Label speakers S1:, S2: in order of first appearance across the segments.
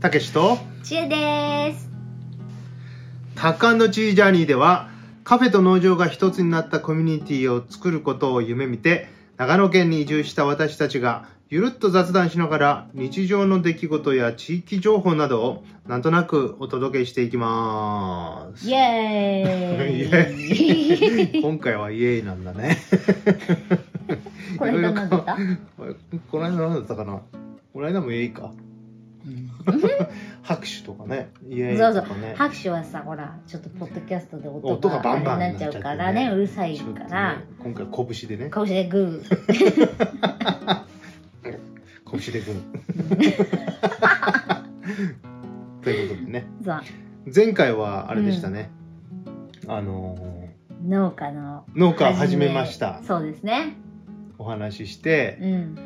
S1: たけしと
S2: ちえです
S1: 高のちジャーニーではカフェと農場が一つになったコミュニティを作ることを夢見て長野県に移住した私たちがゆるっと雑談しながら日常の出来事や地域情報などをなんとなくお届けしていきます
S2: イエーイ
S1: イエ今回はイエイなんだね
S2: これ何だっ
S1: いろいろ
S2: た、
S1: この間何だったかなこの間もイエイか
S2: うん
S1: 拍手とかねイエイ
S2: そう
S1: と
S2: そう
S1: かね
S2: 拍手はさほらちょっとポッドキャストで音
S1: 音
S2: が
S1: がバンバン
S2: あれになっちゃうからね
S1: なっちゃっ
S2: う
S1: てね
S2: るさい
S1: ちょっと
S2: か
S1: ね
S2: ら、
S1: 今回拳でね
S2: こうしてグー
S1: 腰でく る。ということでね
S2: そう
S1: 前回はあれでしたね、あの
S2: 農家の
S1: ー農家を始めまし た
S2: そうですね
S1: お話しして、
S2: うん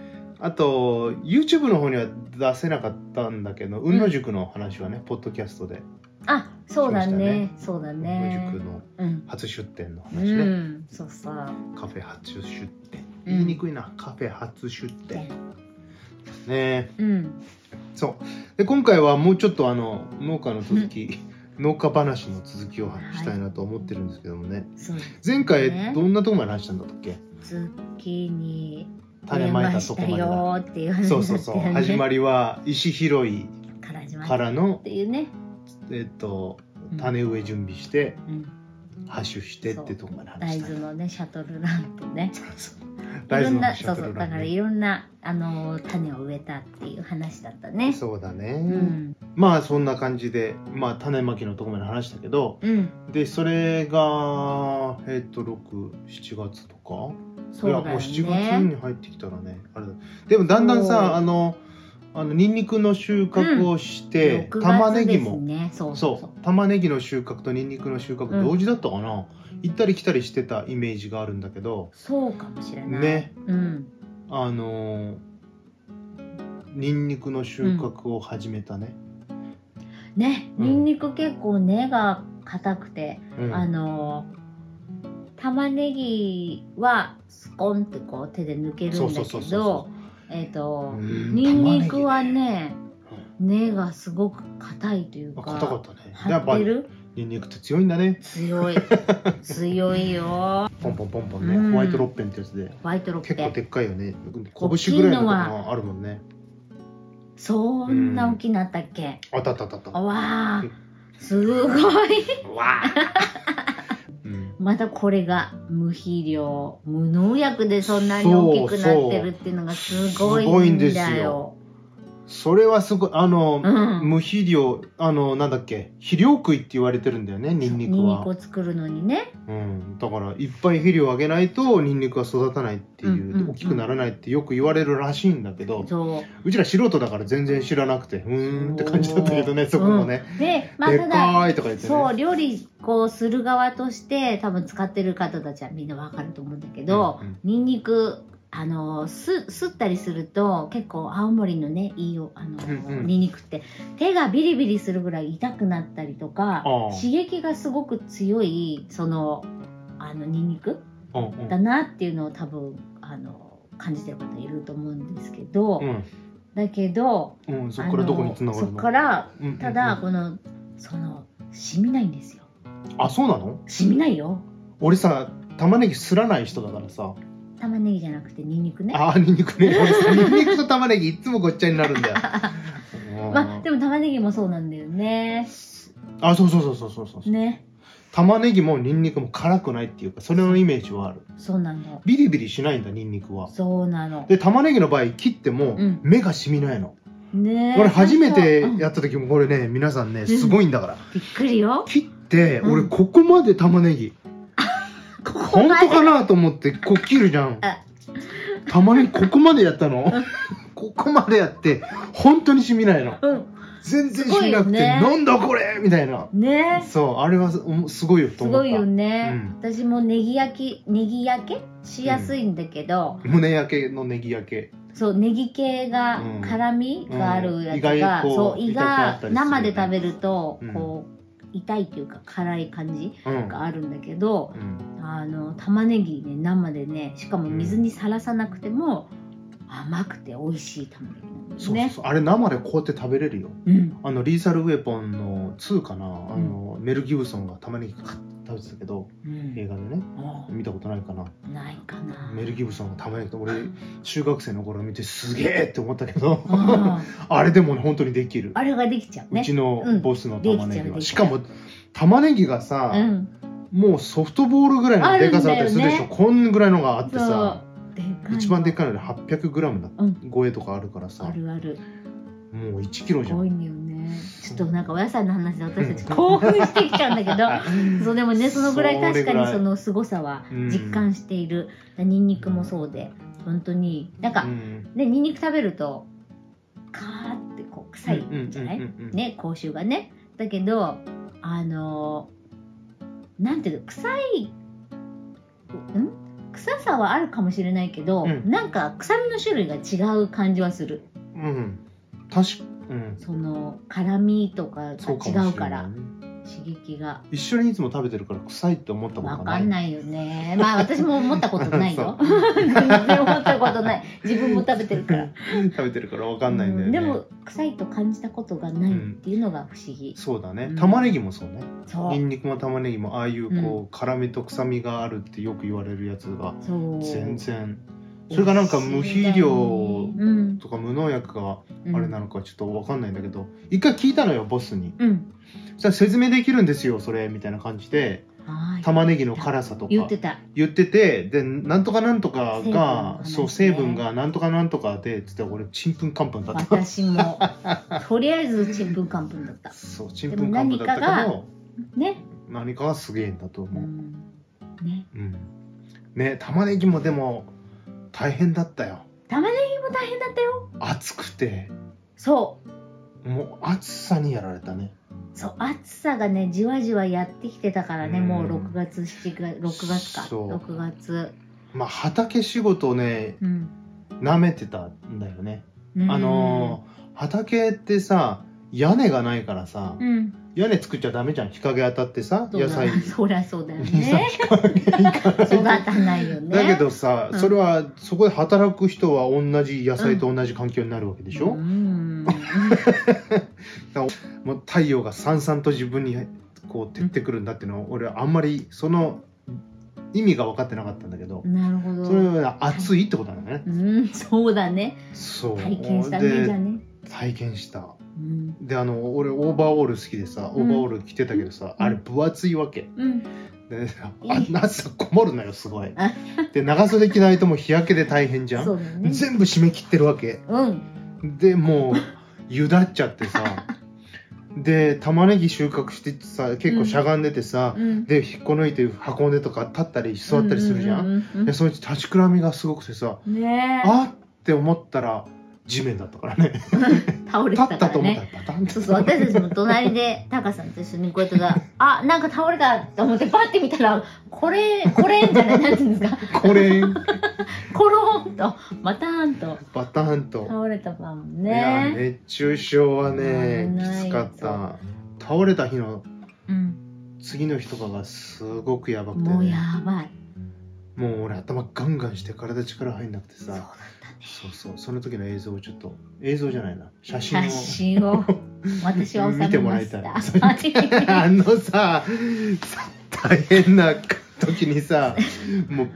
S1: あと YouTube の方には出せなかったんだけど雲野塾の話はね、ポッドキャストで
S2: あそうだね
S1: し
S2: そうだ
S1: 雲
S2: ね
S1: 野塾の
S2: うん、
S1: 初出店の
S2: う
S1: 話ね、
S2: ん、そうさ
S1: カフェ初出店
S2: うん
S1: 言いにくいな、カフェ初出店ね
S2: うん
S1: そうで今回はもうちょっとあの農家の続き、農家話の続きをしたいなと思ってるんですけどもね、
S2: そう
S1: 前回
S2: ね
S1: どんなとこまで話したんだったっけ
S2: ズッキーニ
S1: 種まいたとこまで
S2: 植え
S1: だ
S2: ましたよーっていう話
S1: そうそうそう始まりは石拾い
S2: りから始ま
S1: か
S2: っ
S1: らの
S2: ていうね、
S1: えっと
S2: うん
S1: 種植え準備して
S2: うん、
S1: ハッシュしてってとこまで
S2: 大
S1: 話した
S2: 豆のねシャトルランプね
S1: 大
S2: いろ
S1: 豆
S2: ん
S1: の
S2: な
S1: シ
S2: そ
S1: ャ
S2: う
S1: ト
S2: そう
S1: ル
S2: だ
S1: ラ
S2: からい
S1: ン
S2: ろんなあの種を植えたっていう話だった
S1: ね
S2: ね
S1: そうだね、
S2: うん
S1: まあそんな感じでまあ種まきのとこまで話したけど
S2: うん
S1: でそれがえっと67月とか
S2: そうだよ
S1: いやもう7月
S2: ね
S1: に入ってきたらねあれだでもだんだん
S2: そう
S1: さあのあのニンニクの収穫をして、
S2: 6
S1: 玉ね
S2: 月
S1: ぎ
S2: です
S1: も
S2: ねそうそうそう
S1: そう玉ねぎの収穫とニンニクの収穫
S2: うん
S1: 同時だったかな、行ったり来たりしてたイメージがあるんだけど
S2: そうかもしれない
S1: ね
S2: うん
S1: あのーニンニクの収穫を始めたね、
S2: ね
S1: うん
S2: ニンニク結構根が硬くて
S1: うん
S2: あの玉ねぎはスコンってこう手で抜けるんだけ
S1: そうそうそう
S2: ど
S1: そ
S2: えっと
S1: うん
S2: ニンニクはね
S1: 玉ね
S2: 根がすごく硬いというか
S1: ぎあ硬かったね
S2: 張
S1: やっぱ
S2: って
S1: ニ
S2: る
S1: ンニクって強いんだね
S2: 強い強いよ
S1: ポンポンポンポンね、
S2: うん
S1: ホワイトロッペンってやつで
S2: ホワイトロッ
S1: 結構
S2: ペ
S1: でっかいよね
S2: 大き
S1: 拳
S2: い
S1: ぐらいの
S2: の
S1: とこ
S2: は
S1: があるもんね
S2: そんな大きなったっけ
S1: あったあったあったあった
S2: わあすごい
S1: わあ、うん、
S2: またこれが無肥料無農薬でそんなに大きくなってるっていうのがすご
S1: そうそうすご
S2: い
S1: い
S2: ん
S1: ん
S2: だよ
S1: ですよそれはすごいあの、
S2: うん
S1: 無肥料あのなんだっけ肥料食いって言われてるんだよねニンニ
S2: ニン
S1: ク
S2: ニク
S1: は
S2: を作るのにね
S1: うん、だからいっぱい肥料をあげないとニンニクは育たないっていう、
S2: うんうんうん
S1: 大きくならないってよく言われるらしいんだけど
S2: そう
S1: ちら素人だから全然知らなくてうーんって感じだったけどねそこもね、
S2: でまあ
S1: で
S2: た
S1: っ
S2: だ
S1: かーいとか言ってね
S2: そう料理こうする側として多分使ってる方たちはみんなわかると思うんだけど、
S1: うんうん
S2: ニンニクあのすすったりすると結構青森のねいいよあの、
S1: うんうん
S2: ニンニクって手がビリビリするぐらい痛くなったりとか
S1: ああ
S2: 刺激がすごく強いそのあのニンニク
S1: うんう
S2: だ
S1: ん
S2: なっていうのを多分あの感じてる方いると思うんですけど、だけど
S1: うんうん、そこからどこに繋が
S2: あの
S1: る
S2: そ
S1: の
S2: っから
S1: うんうんうん
S2: ただこのその染みないんですよ
S1: あそうなの
S2: 染みないよ
S1: 俺さ玉ねぎすらない人だからさ
S2: 玉ねぎじゃなくてニンニクね
S1: あーニンニクね俺さニンニクと玉ねぎいつもごっちゃになる んだよ
S2: まあでも玉ねぎもそうなんだよね
S1: あそうそうそうそうそうそう、
S2: ね
S1: 玉ねぎもニンニクも辛くないっていうかそれのイメージはある
S2: そうなの
S1: ビリビリしないんだニンニクは
S2: そうなの
S1: で玉ねぎの場合切って
S2: う
S1: も
S2: ん
S1: 目がしみないの、
S2: ね
S1: 俺初めて
S2: うんびっ
S1: やった時もこれね皆さんね
S2: ん
S1: すごいんだから、
S2: くりよ
S1: 切って
S2: うん
S1: 俺ここまで玉ねぎ、
S2: こ
S1: 本
S2: ま
S1: 当
S2: で
S1: かなと思ってこう切るじゃん
S2: あ
S1: 玉ねぎここまでやったの ここまでやって本当にしみないの
S2: うん
S1: 全然しみなく
S2: すご
S1: て、
S2: いよね
S1: なんだこれみたいな
S2: ね
S1: そうあれはすすごいよと
S2: す
S1: 思った
S2: ごいよね
S1: う、
S2: 私もネギ焼きネギ焼けしやすいんだけど、
S1: 胸焼けのネギ焼け
S2: そうネギ系が
S1: うん
S2: 辛みがあるやつ
S1: うん意
S2: が、
S1: 外にこう
S2: そう胃
S1: 痛くな
S2: が
S1: ったりするよね
S2: 生で食べると
S1: うん
S2: こう、痛いっていうか辛い感じ
S1: うん
S2: があるんだけど、
S1: うん
S2: あの玉ねぎね生でねしかも水にさらさなくても、甘くて美味しい玉ねぎなんです
S1: そうそう
S2: ね
S1: そうあれ生でこうやって食べれるよ
S2: うん
S1: あのリーサルウェポンの2かな、あのメル・ギブソンが玉ねぎか食べてたけど
S2: うん
S1: 映画でね
S2: あ
S1: 見たことないかな
S2: ないかな
S1: メル・ギブソンが玉ねぎと俺中学生の頃見てすげえって思ったけど
S2: あ
S1: あれでもね本当にできる
S2: ーあれができちゃう
S1: う
S2: ね
S1: ちのボスの玉ねぎ
S2: うん
S1: は、
S2: できちゃうできちゃう
S1: しかも玉ねぎがさ、
S2: うん
S1: もうソフトボールぐらいのでかさだったりするでしょ、
S2: あるんだよね
S1: こんぐらいのがあってさ、
S2: でかい
S1: 一番でっかいので 800g だっ
S2: うん
S1: 超えとかあるからさ
S2: あるある
S1: もう 1kg じ
S2: す
S1: ゃ
S2: ご
S1: ん
S2: いんだよねちょっとなんかお野菜の話で私たち興奮してきちゃうんだけど そうでもねそのぐらい確かにその凄さは実感している、ニンニクもそうで本当になんか、
S1: うん
S2: でニンニク食べるとカーってこう臭いじゃない、
S1: うんうんうんうん
S2: ね口臭がねだけどあのーなんていうの臭いん臭さはあるかもしれないけど、
S1: うん
S2: なんか臭みの種類が違う感じはする
S1: うん確かうん
S2: その辛みとかが
S1: そうかもしれ
S2: 違
S1: ないう
S2: から刺激が
S1: 一緒にいつも食べてるから臭いって思ったこと
S2: わ
S1: が
S2: か
S1: ない
S2: んないよねまあ私も思ったことない よ 全然思ったことない自分も食べてるから
S1: 食べてるからわかんないんだよね、
S2: うでも臭いと感じたことがないっていうのが不思議、
S1: そうだね、
S2: うん
S1: 玉ねぎもそうね
S2: そ
S1: ニ
S2: う
S1: ンニクも玉ねぎもああいうこう、辛みと臭みがあるってよく言われるやつが
S2: そう
S1: 全然それがなんか無肥料
S2: うん
S1: とか無農薬が
S2: うん
S1: あれなのかちょっとわかんないんだけど、一回聞いたのよボスに
S2: うん
S1: そしたら説明できるんですよそれみたいな感じで
S2: はい
S1: 玉ねぎの辛さとか
S2: 言ってた
S1: 言っててでなんとかなんとか
S2: 成分
S1: が
S2: の話
S1: そう
S2: ね
S1: 成分がなんとかなんとかでつって俺ちんぷんかんぷんだった
S2: 私も とりあえずちんぷんかんぷんだった
S1: そうちんぷんかんぷんだったけ
S2: でも何か
S1: ど
S2: ね、
S1: 何かがすげえんだと
S2: う
S1: 思う、
S2: ん、ね
S1: うん、ね玉ねぎもでも大変だったよ
S2: 玉ねぎも大変だったよ
S1: 暑くて
S2: そう
S1: もう暑さにやられたね
S2: そう暑さがねじわじわやってきてたからね、
S1: うん
S2: もう6月7月6月か
S1: そう
S2: 6月、
S1: まあ畑仕事をね
S2: うん
S1: 舐めてたんだよね
S2: うん
S1: あのー畑ってさ屋根がないからさ、
S2: うん
S1: 屋根作っちゃダメじゃん日陰当たってさ
S2: そうだ
S1: 野菜
S2: そりゃそうだよ
S1: にさ
S2: ね
S1: 日陰行かない
S2: 育たないよね
S1: だけどさ、
S2: うん
S1: それはそこで働く人は同じ野菜と同じ環境になるわけでしょ、
S2: うん
S1: もう太陽がさんさんと自分にこう照ってくるんだっていうのは俺はあんまりその意味が分かってなかったんだけど、
S2: なるほど
S1: それは暑いってことなんだね、
S2: うんそうだね
S1: そう
S2: 体験したねじゃ
S1: で
S2: ね、
S1: 体験した
S2: うん
S1: であの俺オーバーオール好きでさオーバーオール着てたけどさ、
S2: うん
S1: あれ分厚いわけ
S2: うん、
S1: で
S2: い
S1: あんなさこもるのよすごい
S2: あ
S1: で長袖着ないともう日焼けで大変じゃ
S2: そ
S1: ん、
S2: うだよね
S1: 全部締め切ってるわけ
S2: うん
S1: でもうゆだっちゃっ てさで玉ねぎ収穫しててさ結構しゃがんでてさ、
S2: うん
S1: で引っこ抜いて運んでとか立ったり座ったりするじゃん,、
S2: ううう
S1: でそのうち立ちくらみがすごくてさ
S2: うんねえ
S1: あっって思ったら地面だったか らね
S2: 倒れて
S1: 立
S2: たか
S1: った
S2: ら
S1: と思った
S2: ね
S1: らパタンって
S2: そうそう私たちも隣でタカさんと一緒にこうやってたあなんか倒れたって思ってパッて見たらこれこれじゃないなんていうんですか
S1: これ
S2: コロンとまたんと
S1: パタンと。
S2: 倒れたパン
S1: いや
S2: ね
S1: 熱中症はね
S2: 危ない
S1: きつかった倒れた日の
S2: うん、
S1: 次の日とかがすごくやばくて、ね、
S2: もうやばい
S1: もう俺頭ガンガンして体力入んなくて
S2: そうだっ
S1: さそうそうその時の映像をちょっと映像じゃないな写
S2: た
S1: 真を
S2: 写真を私は収めました
S1: 見てもらいた い
S2: は
S1: あのさ大変な時にさもう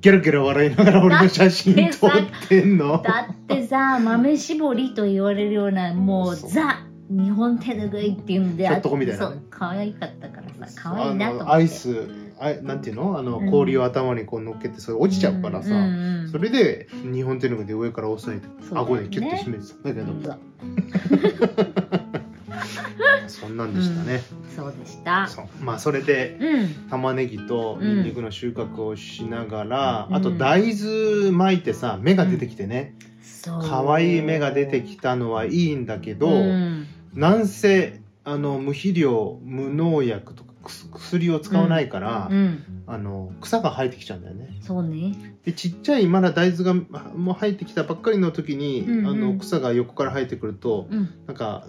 S1: ゲラゲラ笑いながら俺の写真撮ってんの
S2: だってさ豆絞りと言われるようなもう
S1: そう
S2: ザ日本手ぬぐいっていうんで
S1: ひょっとこみたいなね
S2: そう可愛かったからさ可愛いなと思って
S1: あのアイスあいなんていうのあの
S2: うん
S1: 氷を頭にこう乗っけてそれ落ちちゃうからさ、
S2: うんうんうん
S1: それで日本手ぬぐいで上から押さえて、
S2: そうだよね
S1: 顎でキュッて締めてたんだけど、
S2: うん
S1: そんなんでしたね、
S2: そうでした
S1: そうまあそれで
S2: うん
S1: 玉ねぎとニンニクの収穫をしながら、
S2: うん
S1: あと大豆巻いてさ芽が出てきてね、
S2: そう
S1: 可愛い芽が出てきたのはいいんだけど、
S2: うん
S1: なんせあの無肥料無農薬とかくす薬を使わないから、
S2: うん
S1: あの草が生えてきちゃうんだよね。
S2: そうね
S1: でちっちゃいまだ大豆があもう生えてきたばっかりの時に、
S2: うんうん
S1: あの草が横から生えてくると
S2: うん
S1: なんか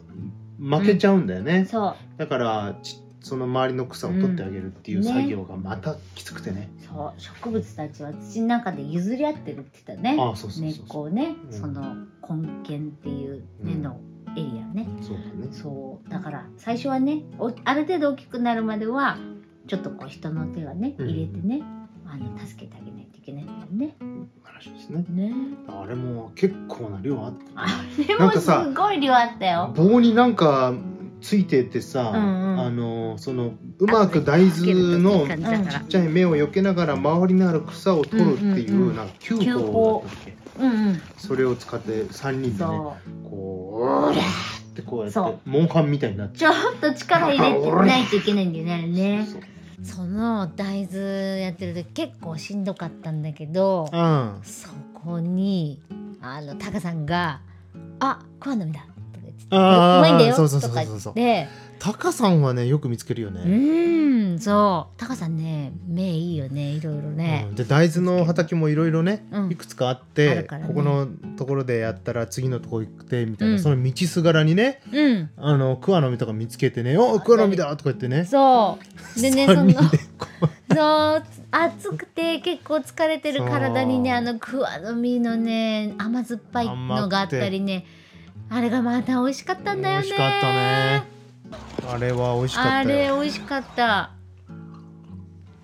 S1: 負けちゃうんだよね、
S2: そう
S1: だからちその周りの草を取ってあげるっていううん
S2: ね
S1: 作業がまたきつくてね,、
S2: そう植物たちは土の中で譲り合ってるって言ってたね
S1: ああそうそう
S2: 根っ
S1: そう
S2: こ
S1: そう
S2: をね
S1: うん
S2: その根源っていう根のエリアね
S1: そうだね
S2: そうだから最初はねおある程度大きくなるまではちょっとこう人の手はね
S1: うん
S2: 入れてね、あの助けてあげないといけないんだよね。
S1: 話ですね
S2: ね
S1: あれも結構な量あった
S2: あれ
S1: なん
S2: も
S1: か
S2: す
S1: さ
S2: ごい量あったよ。
S1: 棒になんかついててさ、
S2: うんうん
S1: あのそのうまく大豆の
S3: つけるといい感じだから
S1: ちっちゃい芽を避けながら回りながら草を取るっていう,、
S2: うんうんうん
S1: なんか球法だったっけ
S2: うんうん。
S1: それを使って三人でね
S2: そ
S1: こううらーってこうや
S2: そ
S1: って
S2: う
S1: モンハンみたいになっ
S2: う。
S1: て
S2: ちょっと力入れてないといけないんだよねあれ ね。
S1: そう
S2: その大豆やってる時結構しんどかったんだけど
S1: うん
S2: そこにあのタカさんが「あクワの実だ」とか言って「う
S1: あー
S2: まいんだよ」
S1: そう
S2: と
S1: そうそう
S2: か
S1: そうそ
S2: 言っ
S1: う
S2: て
S1: タカさんはねよく見つけるよ
S2: うーんそうタカさんね目いいよねいろいろね
S1: う。んで大豆の畑もいろいろね、
S2: うん
S1: いくつかあっ
S2: あ
S1: て、
S2: るからね
S1: ここのところでやったら次のとこ行ってみたいな、
S2: うん
S1: その道すがらにね
S2: うん
S1: あの桑の実とか見つけてね「お桑の実だ!」とか言ってね
S2: そうで ねそ
S1: 三
S2: の
S1: 人でこう
S2: そう暑くて結構疲れてる体にね
S1: そう
S2: あのクワの実のね甘酸っぱいのがあったりねあれがまた美味しかったんだよ
S1: 美
S2: ね
S1: 味しかったねあれは美味しか
S2: あ
S1: った
S2: れ
S1: よ
S2: 美味しかった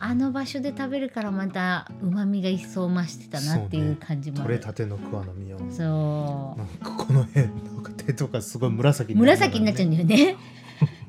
S2: あの場所で食べるからまた旨味が一層増してたなっていう感じもあ
S1: 取
S2: る
S1: れたての桑の実を
S2: そう,、
S1: なんかこの辺の手とかすごい紫るからね
S2: 紫になっちゃうんだよね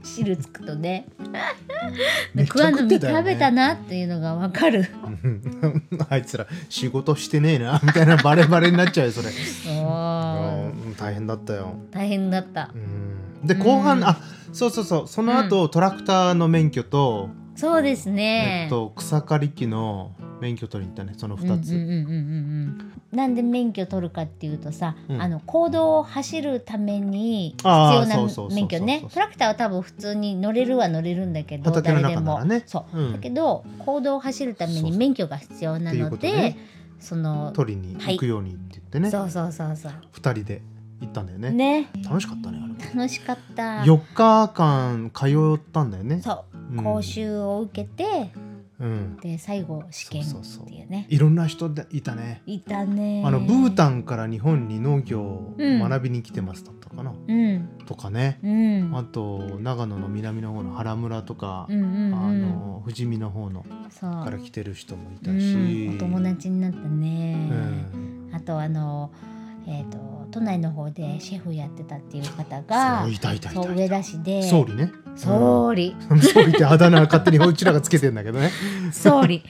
S2: 汁つくとね
S1: めっち
S2: クワ
S1: ゃ
S2: の
S1: 食って
S2: 実
S1: たよ
S2: 食べたなっていうのがわかる
S1: うん あいつら仕事してねえなみたいなバレバレになっちゃうよそれ
S2: そう
S1: うん大変だったよ
S2: 大変だった
S1: うんで後半、
S2: うん
S1: あそうそうそうその後、トラクターの免許と、
S2: そうです
S1: え
S2: ね
S1: っと、草刈り機の免許取りに行ったねその2つ、
S2: うんうんうんうんうんうんなんで免許取るかっていうとさ、
S1: うん
S2: あの公道を走るために必
S1: あー
S2: 要な
S1: そうそうそうそう
S2: 免許ねトラクターは多分普通に乗れるは乗れるんだけど
S1: 畑の
S2: 誰
S1: 中
S2: で
S1: なら
S2: も、
S1: ね
S2: そう、
S1: うん
S2: だけど公道を走るため
S1: そう
S2: に
S1: そう
S2: 免許が必要なの
S1: って
S2: で
S1: いうことね
S2: その、
S1: 取りに行くようにって言ってね、
S2: そうそうそうそ
S1: 2人で行ったんだよ
S2: う
S1: ね
S2: ね
S1: 楽しかったねあれ
S2: 楽しかった
S1: 4日間通ったんだよね
S2: そううん講習を受けて、
S1: うん
S2: で最後試験
S1: そうそうそう
S2: っていうね
S1: いろんな人でいたね
S2: いたね
S1: あのブータ
S2: ン
S1: ンから日本に農業を学びに来てますだったかな、
S2: うん
S1: とかね
S2: うん
S1: あと長野の南の方の原村とか
S2: うんう、ん
S1: あ
S2: うん
S1: の富士見の方の
S2: そう
S1: から来てる人もいた
S2: う
S1: し、
S2: ん、お友達になった
S1: う
S2: ね、
S1: ん、
S2: あとあのえっ、と都内の方でシェフやってたっていう方が
S1: そういたいたいた
S2: そう
S1: い
S2: 上
S1: た
S2: 田市で
S1: 総理ね
S2: 総理
S1: うん総理ってあだ名勝手にうちらがつけてんだけどね
S2: 総 理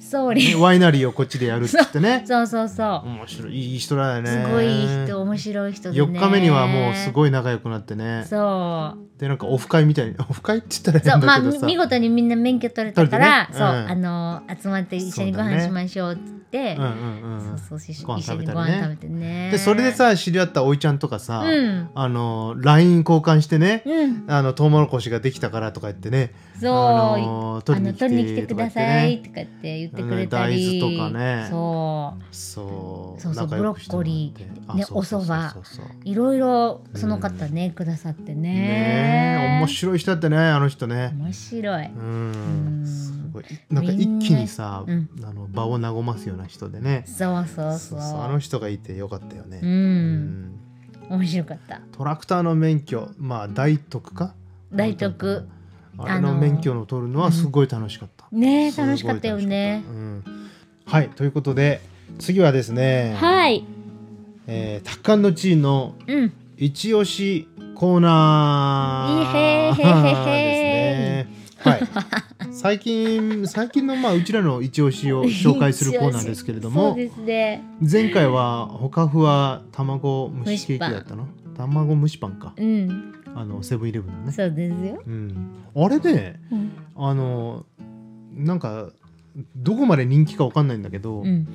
S2: 総理
S1: ワイナリーをこっちでやるっつってね
S2: そうそうそう、
S1: 面白いいい人だよね
S2: すごいいい人面白い人でね
S1: 4日目にはもうす
S2: い
S1: ごい仲良くなってね
S2: そう
S1: でなんかオフ会みたいに オフ会って言ったら
S2: そう
S1: 変
S2: ま
S1: だ
S2: あ
S1: けどさ、
S2: 見事にみんな免許取れたから、
S1: 取れ
S2: そう、
S1: たね
S2: あの集まって一緒にご飯しましょうっつって、
S1: うんうんうん
S2: そうそうし
S1: ご飯
S2: 一緒
S1: 食
S2: に
S1: べた
S2: ご
S1: りね
S2: 飯食べてね
S1: でそれでさ知り合ったおいちゃんとかさ、
S2: うん
S1: あの LINE 交換してね、
S2: うん
S1: あのトウモロコシができたからとか言ってね、
S2: そう、
S1: あの
S2: あの取りに来て
S1: と
S2: く
S1: か言
S2: だ
S1: って
S2: さい
S1: ね
S2: とかって言ってくれたり、
S1: うん大豆とかね
S2: そ
S1: そ
S2: そう
S1: う
S2: そう
S1: 仲良くしてもらって
S2: ブロッコリー
S1: あ
S2: ね
S1: そうそう
S2: お蕎麦
S1: そうそうそう
S2: ういろいろその方ね、くださってね
S1: ねえ面白い人だったねあの人ね
S2: 面白い、
S1: うん
S2: うん
S1: すごいなんか一気にさ、
S2: みん
S1: あの場を和ますような人でね
S2: そうそうそう
S1: あの人がいてよかったよね、
S2: う、
S1: うんん
S2: 面白かった
S1: トラクターの免許まあ大徳か
S2: 大徳
S1: あれの免許の取るのはすごい楽しかった、
S2: ねえ
S1: すごい
S2: 楽しかったよね
S1: 楽しかったうんはいということで次はですね、
S2: はい
S1: えー、タッカンの地位の
S2: うん
S1: 一押しコーナ
S2: い
S1: ー
S2: いへーへーへ
S1: ですねはい最近最近のまあうちらの一押しを紹介するコーナーですけれ ど
S2: そ
S1: も
S2: うですね
S1: 前回はほかふは卵蒸しケーキだったの卵蒸しパンか
S2: うん
S1: あのセブンイレブンのね、
S2: そうですよ、
S1: うん、あれで
S2: うん
S1: あのなんかどこまで人気かわかんないんだけど、
S2: うん、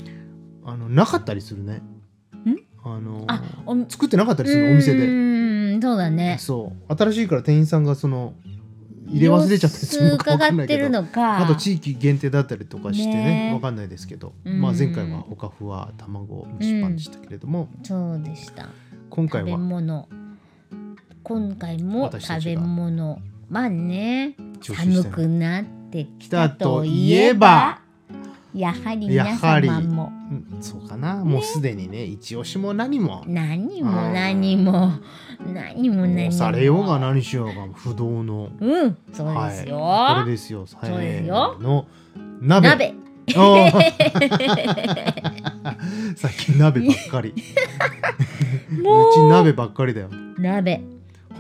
S1: あのなかったりするねあの
S2: あおみ
S1: 作ってなかったりするのお店で
S2: うんそうだね
S1: そう新しいから店員さんがその入れ忘れちゃったりするのかわかん
S2: 様子伺
S1: ない
S2: って
S1: け
S2: る
S1: ど
S2: のか
S1: あと地域限定だったりとかしてね
S2: ね
S1: わかんないですけど、
S2: うん
S1: まあ、前回はほかふわ卵蒸しパンでしたけれども、
S2: そうでした
S1: 今回
S2: 食べ
S1: は
S2: 物今回も
S1: 私た
S2: 食
S1: ちが
S2: べ物まあね
S1: 調子してない
S2: 寒くなってきたといえばやはり
S1: や
S2: 皆
S1: はり
S2: 様も
S1: うんそうかなもうすでにね一押しも何も
S2: 何も何も何も何
S1: もう
S2: も
S1: されようが何しようが不動の
S2: うんそうですよ、
S1: はい、これですよせ
S2: うですよ
S1: ーの鍋
S2: 鍋
S1: お ーさっき鍋ばっかり う
S2: も
S1: ち鍋ばっかりだよ
S2: う鍋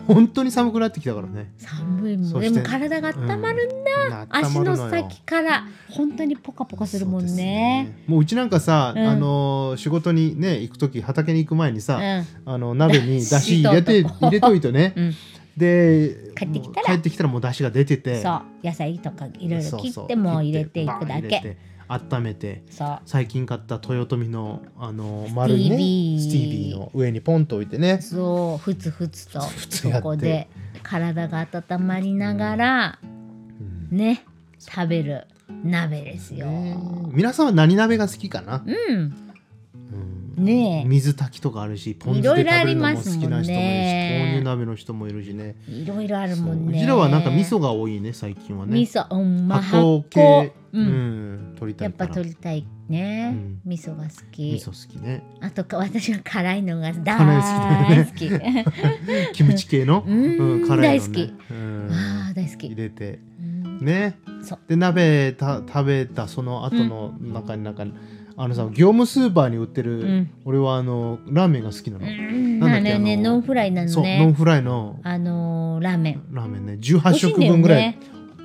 S1: 本当に寒くなってきたからね
S2: 寒いも
S1: そ
S2: ん
S1: し
S2: で
S1: て
S2: も体が温まるんだ、足の先から本当にポカポ
S1: が
S2: カするもんね
S1: もううちなんかさ、
S2: うん
S1: あのー仕事にね行く時畑に行く前に
S2: う
S1: さ、
S2: ん
S1: あの鍋にだし入 れて
S2: しとこう
S1: 入れといてね、
S2: うん
S1: で
S2: 帰ってきたら
S1: もう帰ってきたらもうだしが出てて
S2: そう野菜とかいろいろ切
S1: そう
S2: っ
S1: そ
S2: て
S1: う
S2: もう入れていく
S1: バーン
S2: だ
S1: 入れ
S2: け
S1: て温めて
S2: そう
S1: 最近買った豊臣のあの丸いね
S2: ス
S1: ステ
S2: ティー
S1: ィービ
S2: ビー
S1: ーの上にポンと置いてね
S2: そうふつふつと
S1: ふつ
S2: そ
S1: やって
S2: こで体が温まりながら
S1: うん
S2: ね食べる鍋ですよ、
S1: ね皆さんは何鍋が好きかな、
S2: うん
S1: うん
S2: ねえ
S1: 水炊きとかあるしポン酢で食べるのも好きな人もい
S2: いろ
S1: るし
S2: いろありますもんね
S1: 豆乳鍋の人もいるしね
S2: いろいろある
S1: そ
S2: もん
S1: うう
S2: ね
S1: ちらはなんか味噌が多いね最近はね
S2: 味噌うんまあ
S1: 発
S2: 発
S1: 酵
S2: 酵
S1: 系
S2: うん
S1: うん取りた
S2: やっ
S1: いか
S2: ぱ
S1: ら
S2: 取りたいね、
S1: うん
S2: 味噌が好
S1: 味
S2: き
S1: 噌好きね
S2: あとか私は辛いのが
S1: 辛い
S2: 大
S1: 好
S2: 好
S1: き
S2: き、
S1: だ キムチ系の
S2: うーん
S1: 辛いの、ね、
S2: 大好き
S1: うん
S2: あー大好き
S1: 入、れて
S2: うん
S1: ね
S2: そう
S1: で鍋た食べたその後の中になんか、あのさ業務スーパーに売ってる、
S2: うん
S1: 俺はあのラーメンが好きな
S2: う
S1: の、
S2: ん
S1: なんだっ
S2: あ
S1: け
S2: のね
S1: あの
S2: ノンフライなの
S1: そうノン
S2: ね
S1: フライの
S2: あのーラーメン
S1: ラーメンね18
S2: 美味しい
S1: 食
S2: んだよ
S1: 分ぐらい
S2: ね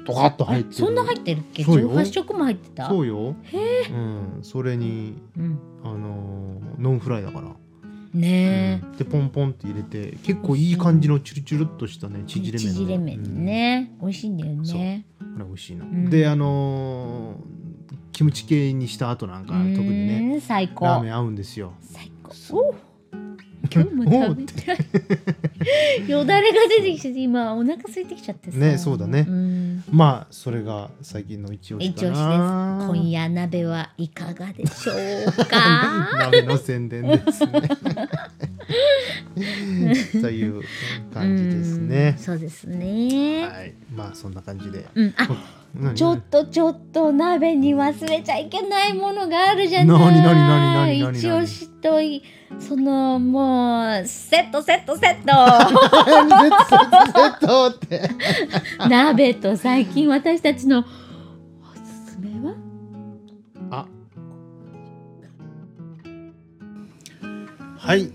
S1: ドカッと入っ
S2: あ
S1: てる
S2: そんな入ってるっけ
S1: そうよ
S2: 18食も入ってた
S1: そうようん、それに
S2: うん、
S1: あのーノンフライだから、
S2: ね
S1: うんでポンポンって入れて結構いい感じのチュルチュルっとしたね
S2: え、
S1: 縮れ麺、ね、
S2: 縮れ麺ね、美味しいんだよね
S1: うんこれ美味しいの、
S2: ん
S1: であのーキムチ系にした後なんか特にね
S2: うーん最
S1: ラー
S2: 高
S1: メン合うんですよ
S2: 最
S1: そ
S2: 高おう今日も食べたいよだれが出てきちゃって今お腹空いてきちゃってさ
S1: ねそうだね
S2: うん
S1: まあそれが最近の一押し
S2: 一
S1: か
S2: 押しです
S1: な
S2: 今夜鍋はいかがでしょうか
S1: 鍋の宣伝です ねという 感じです
S2: うん
S1: ね
S2: そうですね、
S1: はいまあそんな感じで
S2: うんあ
S1: 何
S2: ちょっとちょっと鍋に忘れちゃいけないものがあるじゃ
S1: な
S2: な
S1: に
S2: い。
S1: なになになになに
S2: 一押しといそのもうセットセットセ ッ
S1: 何セットセットって
S2: ト鍋と最近私たちのおすすめは
S1: あはい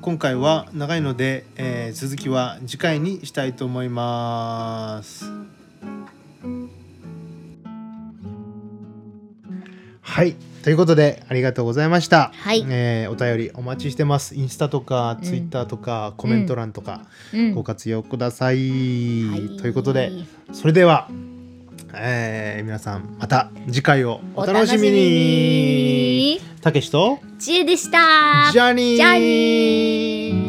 S1: 今回は長いので、えー続きは次回にしたいと思いますはいということでありがとうございました、
S2: はい
S1: えーお便りお待ちしてますインスタとかツイッターとか、コメント欄とか
S2: うん
S1: ご活用ください、
S2: はい
S1: ということでそれでは、えー皆さんまた次回をお楽しみにたけしと
S2: 知恵でした
S1: ジャーニー
S2: じゃあねー